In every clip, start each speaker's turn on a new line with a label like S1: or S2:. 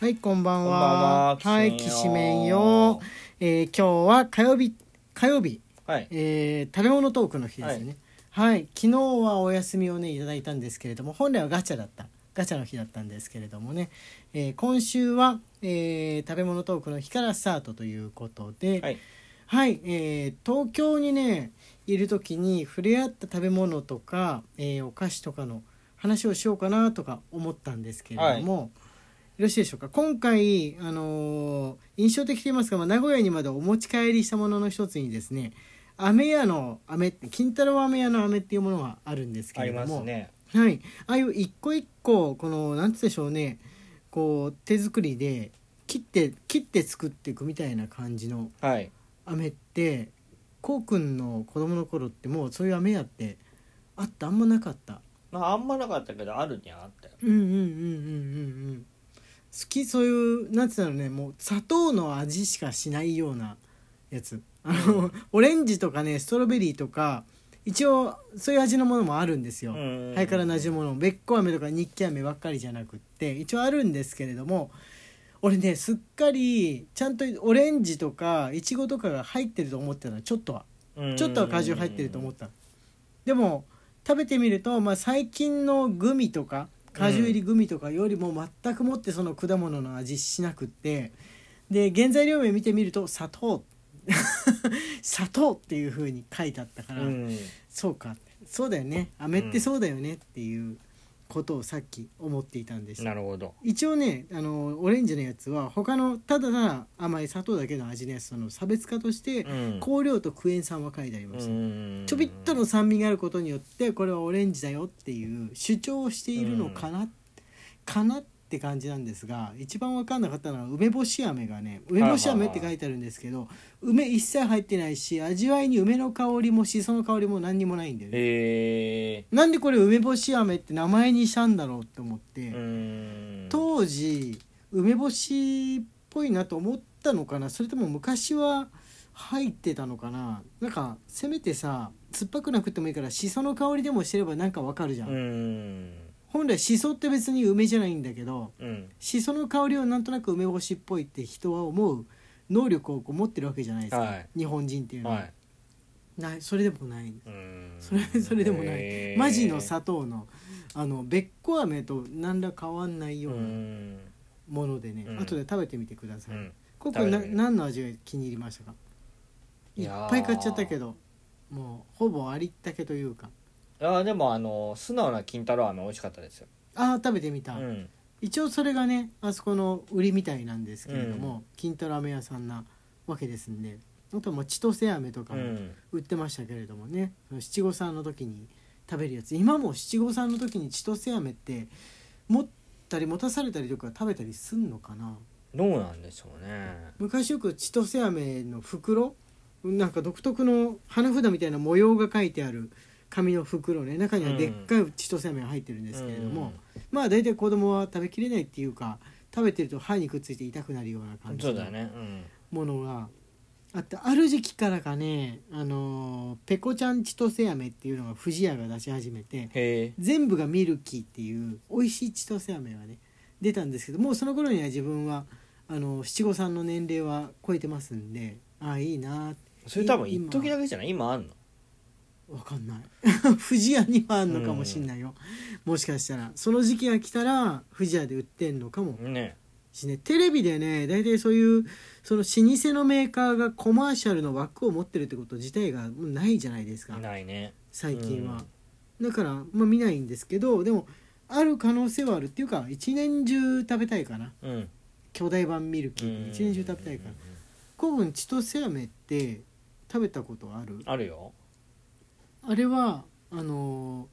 S1: はい、こんばん
S2: こ
S1: は。
S2: んばんは
S1: はい、き
S2: き
S1: し
S2: し
S1: め
S2: め
S1: ん
S2: ん
S1: よ
S2: よ。
S1: えー今日は火曜日、火曜日、
S2: はい。
S1: えー、食べ物トークの日ですよね。はい、昨日はお休みをね、いただいたんですけれども、本来はガチャだった。ガチャの日だったんですけれどもね、えー今週は、えー食べ物トークの日からスタートということで、
S2: はい。
S1: はい、えー東京にねいる時に触れ合った食べ物とか、えーお菓子とかの話をしようかなとか思ったんですけれども、よろしいでしょうか今回、あのー印象的と言いますか、まあ、名古屋にまでお持ち帰りしたものの一つにですね飴屋の飴って金太郎飴屋の飴っていうものがあるんですけ
S2: あ
S1: れ
S2: り
S1: ど
S2: ます
S1: も、
S2: ね。
S1: はい、ああいう一個一個このなんつうんでしょうねこう手作りで切って切って作っていくみたいな感じの
S2: はい。
S1: 飴ってこうくんの子供の頃ってもうそういう飴やってあったあんまなかった
S2: まあ、あんまなかったけど、あるにはあったよ。
S1: うんうんうんうんうんうん好きそういうなんつうのねもう砂糖の味しかしないようなやつあの、オレンジとかねストロベリーとか一応そういう味のものもあるんですよ、
S2: うん
S1: ハイカラな味のものべっこ飴とか日記飴ばっかりじゃなくって一応あるんですけれども俺ねすっかりちゃんとオレンジとかいちごとかが入ってると思ってたのちょっとは
S2: うん
S1: ちょっとは果汁入ってると思ったのでも食べてみると、まあ、最近のグミとか果汁入りグミとかよりも全くもってその果物の味しなくってで原材料名見てみると砂糖 砂糖っていう風に書いてあったから、
S2: うん。
S1: そうかそうだよね飴ってそうだよねっていうことをさっき思っていたんです
S2: なるほど。
S1: 一応ねあのオレンジのやつは他のただただ甘い砂糖だけの味のやつとの差別化として
S2: うん
S1: 香料とクエン酸は書いてありました、
S2: うん
S1: ちょびっとの酸味があることによってこれはオレンジだよっていう主張をしているのかな、かなって感じなんですが一番分かんなかったのは梅干し飴がね梅干し飴って書いてあるんですけど、梅一切入ってないし味わいに梅の香りもしその香りも何にもないんだよね。
S2: え
S1: なんでこれ梅干し飴って名前にしたんだろうって思って、
S2: ー。うん。
S1: 当時梅干しっぽいなと思ったのかなそれとも昔は入ってたのかななんかせめてさ酸っぱくなくてもいいからしその香りでもしてればなんかわかるじゃん、
S2: うん。
S1: 本来しそって別に梅じゃないんだけど
S2: うん。
S1: しその香りをなんとなく梅干しっぽいって人は思う能力をこう持ってるわけじゃないですか、
S2: はい
S1: 日本人っていうのは、
S2: はい。
S1: ないそれでもない
S2: うん
S1: それそれでもない、
S2: えー
S1: マジの砂糖のあのべっこ飴と何ら変わんないよ
S2: う。
S1: うなんものでね、
S2: うん
S1: 後で食べてみてくださ
S2: う
S1: い、
S2: ん
S1: ここな
S2: 食べてみる
S1: 何の味が気に入りましたかい
S2: い
S1: っ
S2: やー
S1: ぱい買っちゃったけどもうほぼありったけというか
S2: ああでもあの素直な金太郎飴美味しかったですよ。
S1: ああ食べてみ
S2: う
S1: た、
S2: ん。
S1: 一応それがねあそこの売りみたいなんですけれども、金太郎飴屋さんなわけですんであともう千歳飴とか
S2: う
S1: も
S2: ん。
S1: 売ってましたけれどもね、その七五三の時に食べるやつ今も七五三の時に千歳飴って持ったり持たされたりとか食べたりすんのかな
S2: どうなんでしょうね。
S1: 昔よく千歳飴の袋なんか独特の花札みたいな模様が書いてある紙の袋ね中にはでっかい千歳飴が入ってるんですけれども、まあ大体子供は食べきれないっていうか食べてると歯にくっついて痛くなるような
S2: う
S1: 感
S2: ん。
S1: じ
S2: そう
S1: の
S2: だね。うん。
S1: ものがあってある時期からかねあのーペコちゃん千歳飴っていうのが不二家が出し始めて
S2: へえ。
S1: 全部がミルキーっていう美味しい千歳飴がね出たんですけどもうその頃には自分はあの七五三の年齢は超えてますんでああいいなーって
S2: それ多分一時だけじゃない今あんの
S1: わかんない 不二家にはあんのかもしんないよ、もしかしたらその時期が来たら不二家で売ってんのかも
S2: ね
S1: しねテレビでね大体そういうその老舗のメーカーがコマーシャルの枠を持ってるってこと自体がもうないじゃないですか
S2: ないね
S1: 最近は、だから、まあ、見ないんですけどでもある可能性はあるっていうか一年中食べたいかな
S2: うん
S1: 巨大版ミルキー一年中食べたいから
S2: うん
S1: 古文千歳飴って食べたことある
S2: あるよ
S1: あれはあのー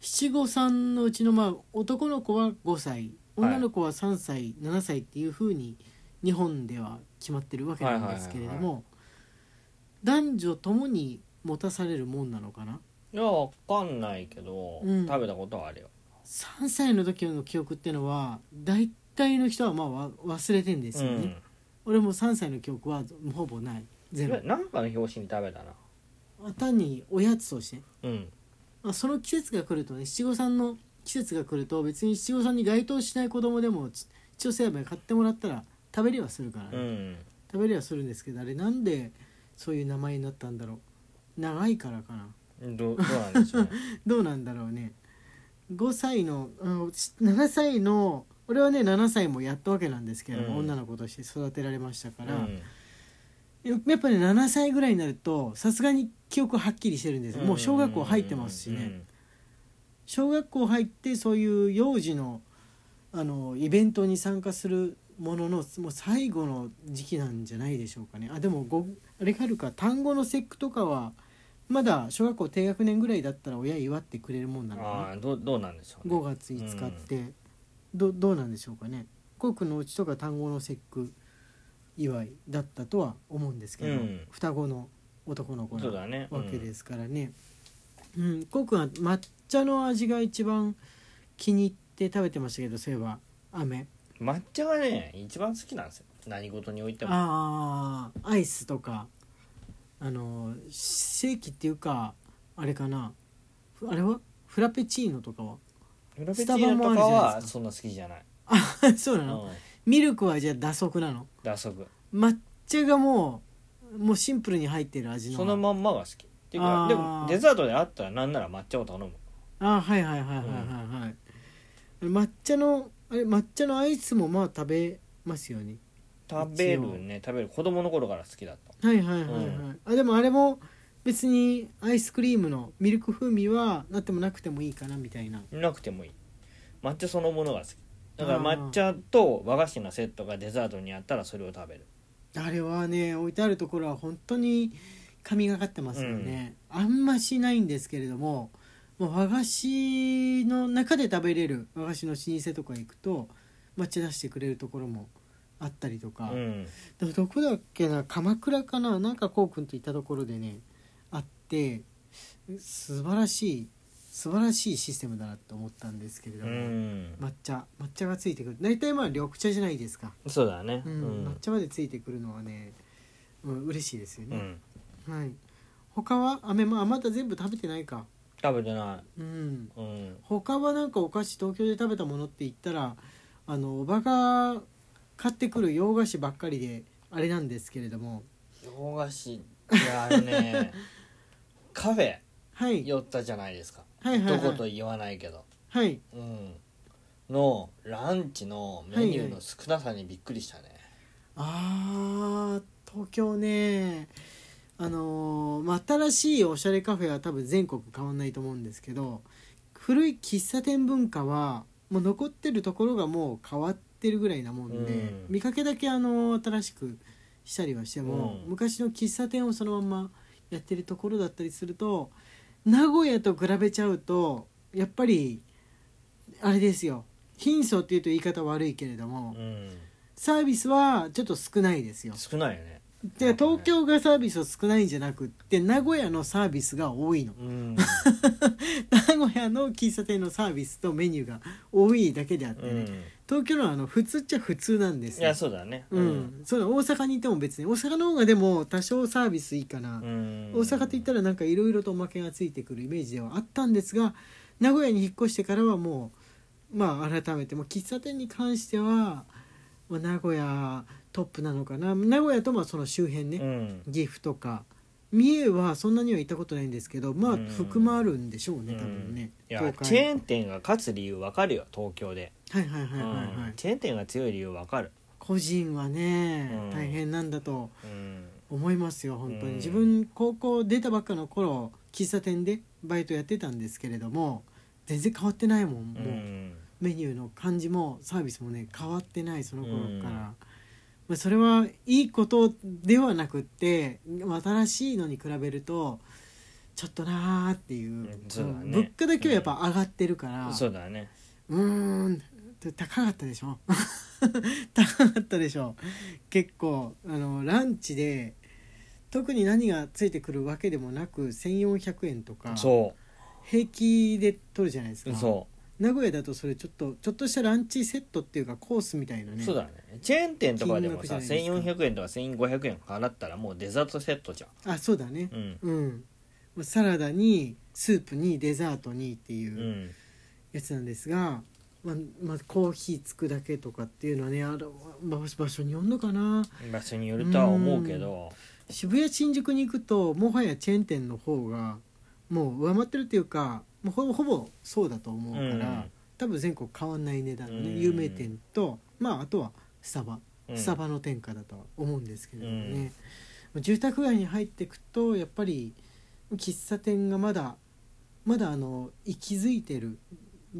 S1: 七五三のうちのまあ男の子は5歳
S2: はい
S1: 女の子は3歳、7歳っていうふうに日本では決まってるわけなんですけれど
S2: はいはい
S1: も男女ともに持たされるもんなのかない
S2: やわかんないけど、
S1: うん
S2: 食べたことはあるよ
S1: 3歳の時の記憶ってのは大体の人はまあわ忘れてんですよね、俺も3歳の記憶はほぼない
S2: うん
S1: 全部
S2: なんかの表紙に食べたな
S1: 単におやつとして
S2: うん
S1: まあ、その季節が来るとね七五三の季節が来ると別に七五三に該当しない子供でもち一応そういえば買ってもらったら食べれはするから、
S2: う
S1: ね
S2: ん
S1: 食べれはするんですけどあれなんでそういう名前になったんだろう長いからかな
S2: どうどうなんでし ょうね
S1: どうなんだろうね5歳のうんし7歳の俺はね7歳もやったわけなんですけれども、
S2: うん
S1: 女の子として育てられましたか
S2: う
S1: ら、
S2: ん
S1: ややっぱり7歳ぐらいになるとさすがに記憶はっきりしてるんですよもう小学校入ってますしね、小学校入ってそういう幼児のあのイベントに参加するもののもう最後の時期なんじゃないでしょうかねあでもごあれがあるか単語の節句とかはまだ小学校低学年ぐらいだったら親祝ってくれるもん
S2: う
S1: なんの
S2: あ
S1: か
S2: あどうどうなんでしょう
S1: な5月5日って、どどうなんでしょうかねコウ君のうちとか単語の節句祝いだったとは思うんですけど、
S2: うん
S1: 双子の男の子
S2: そう
S1: の
S2: だね
S1: わけですすからね。うん、コウ君は抹茶の味が一番気に入って食べてましたけど、そういえば飴。
S2: 抹茶がね一番好きなんですよ何事においても
S1: ああ、アイスとかあのシェーキっていうかあれかな。ふあれはフラペチーノとかは。
S2: フラペチ
S1: ス
S2: ー
S1: タバ
S2: ノ
S1: もあ
S2: と
S1: るじ
S2: か
S1: ゃない
S2: は
S1: ですか
S2: そんな好きじゃない
S1: あ、そうなの。
S2: うん
S1: ミルクはじゃあ打足なの。
S2: 打足
S1: 抹茶がもうもうシンプルに入ってる味の。
S2: そのまんまが好きっていうか
S1: あー
S2: でもデザートであったらなんなら抹茶を頼む
S1: あはいはいはいはいはいはい、抹茶のあれ抹茶のアイスもまあ食べますよね
S2: 食べるね食べる子供の頃から好きだった
S1: はいはいはいはい、あでもあれも別にアイスクリームのミルク風味はなってもなくてもいいかなみたいな
S2: なくてもいい抹茶そのものが好きだから
S1: あー
S2: 抹茶と和菓子のセットがデザートにあったらそれを食べる
S1: あれはね置いてあるところは本当に神がかってますよね、あんましないんですけれどももう和菓子の中で食べれる和菓子の老舗とか行くと抹茶出してくれるところもあったりとか、
S2: うん
S1: でもどこだっけな鎌倉かななんかこうくんといたところでねあって素晴らしい素晴らしいシステムだなと思ったんですけれど
S2: う
S1: も、
S2: ん
S1: 抹茶抹茶がついてくる大体まあ緑茶じゃないですか、
S2: そうだね
S1: う
S2: うん
S1: 抹
S2: ん
S1: 茶までついてくるのはね、うん、嬉しいですよ
S2: う
S1: ね、
S2: ん
S1: はい他は飴もあまだ全部食べてないか
S2: 食べてな
S1: うん
S2: いうん
S1: 他はなんかお菓子東京で食べたものって言ったらあのおばが買ってくる洋菓子ばっかりであれなんですけれども
S2: 洋菓子いやあのね カフェ
S1: はい
S2: 寄ったじゃないですか
S1: はいはいは
S2: ど
S1: い
S2: こと言わないけど
S1: はい
S2: うんのランチのメニューの少なさにびっくりしたね、
S1: あー東京ねあのーまあ、新しいおしゃれカフェは多分全国変わんないと思うんですけど古い喫茶店文化はもう残ってるところがもう変わってるぐらいなもんで、
S2: うん
S1: 見かけだけあの新しくしたりはしても、
S2: うん
S1: 昔の喫茶店をそのまんまやってるところだったりすると名古屋と比べちゃうとやっぱりあれですよ貧相っていうと言い方悪いけれども、
S2: うん
S1: サービスはちょっと少ないですよ
S2: 少ないよね
S1: で東京がサービス少ないんじゃなくって名古屋のサービスが多いの
S2: うん
S1: 名古屋の喫茶店のサービスとメニューが多いだけであってね、
S2: うん
S1: 東京のはあの普通っちゃ普通なんです
S2: い
S1: よ
S2: やそうだね
S1: うん、そうだ大阪にいても別に大阪の方がでも多少サービスいいかな、
S2: うん
S1: 大阪って言ったらなんかいろいろとおまけがついてくるイメージではあったんですが名古屋に引っ越してからはもうまあ改めてもう喫茶店に関しては、まあ、名古屋トップなのかな名古屋とまあその周辺
S2: う
S1: ね、
S2: ん
S1: 岐阜とか三重はそんなには行ったことないんですけどまあ
S2: うん
S1: 含まるんでしょうね、
S2: うん
S1: 多分ね
S2: いやチェーン店が勝つ理由わかるよ東京で、
S1: はいはいはいはいはい、
S2: うんチェーン店が強い理由わかる、
S1: 個人はね、
S2: うん
S1: 大変なんだと
S2: うん、
S1: 思いますよ本当に、
S2: うん
S1: 自分高校出たばっかの頃喫茶店でバイトやってたんですけれども全然変わってないもんも
S2: う
S1: う、
S2: ん
S1: メニューの感じもサービスもね変わってないその頃から、
S2: うん
S1: まあ、それはいいことではなくって新しいのに比べるとちょっとなーっていう、
S2: んそうだね
S1: 物価だけはやっぱ上がってるから、
S2: そうだね
S1: うーん高かったでしょ 高かったでしょ結構あのランチで特に何がついてくるわけでもなく1400円とか
S2: そ
S1: 平気で取るじゃないです
S2: う
S1: か
S2: そ
S1: 名古屋だとそれちょっとちょっとしたランチセットっていうかコースみたいな
S2: う、
S1: ね
S2: そうだねチェーン店とかでもさ
S1: 金額じゃないです
S2: 1400円とか1500円払ったらもうデザートセットじゃ
S1: あそうだね
S2: んうん
S1: うん、サラダにスープにデザートにっていうううんやつなんですが、ままあ、コーヒーつくだけとかっていうのはねある、まあ、場所によるのかな
S2: 場所によるとは思うけど
S1: 渋谷新宿に行くともはやチェーン店の方がもう上回ってるっていうかもうほぼほぼそうだと思うから、
S2: うん
S1: 多分全国変わんない値段のね、
S2: うん
S1: 有名店とまああとはスタバ、
S2: うん
S1: スタバの天下だとは思うんですけれども
S2: うん
S1: ね、まあ住宅街に入っていくとやっぱり喫茶店がまだまだあの息づいてる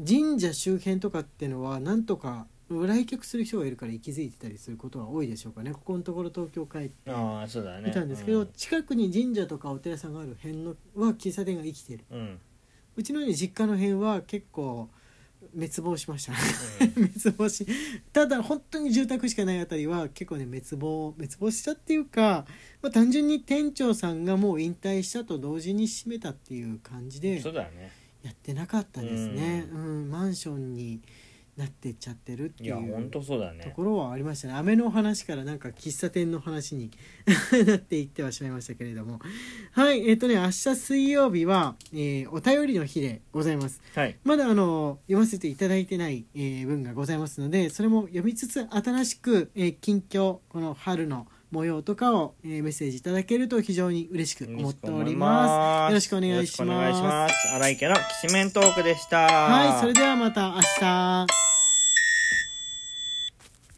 S1: 神社周辺とかってのはなんとか来客する人がいるから息づいてたりすることは多いでしょうかねここのところ東京帰って
S2: ああそうだね
S1: 見たんですけ
S2: う
S1: ど、
S2: ん
S1: 近くに神社とかお寺さんがある辺のは喫茶店が生きてる
S2: うんうん
S1: うちのように実家の辺は結構滅亡しましたね 滅亡しただ本当に住宅しかないあたりは結構ね滅亡滅亡したっていうか、まあ、単純に店長さんがもう引退したと同時に閉めたっていう感じで
S2: そうだね
S1: やってなかったですね
S2: う
S1: うん、マンションになってっちゃってるって
S2: い
S1: い
S2: やほ
S1: うん
S2: とそうだ
S1: と
S2: ね
S1: ころはありましたね雨の話からなんか喫茶店の話に なっていってはしまいましたけれどもはいえっ、とね明日水曜日は、えーお便りの日でございます
S2: はい
S1: まだあの読ませていただいてない、えー文がございますのでそれも読みつつ新しく、えー近況この春の模様とかを、えーメッセージいただけると非常に嬉しく思っておりますよろしくお願いし
S2: よろ
S1: ま
S2: しくお願
S1: す
S2: いします荒井家のきしめんトークでした
S1: はいそれ
S2: で
S1: ではまた明日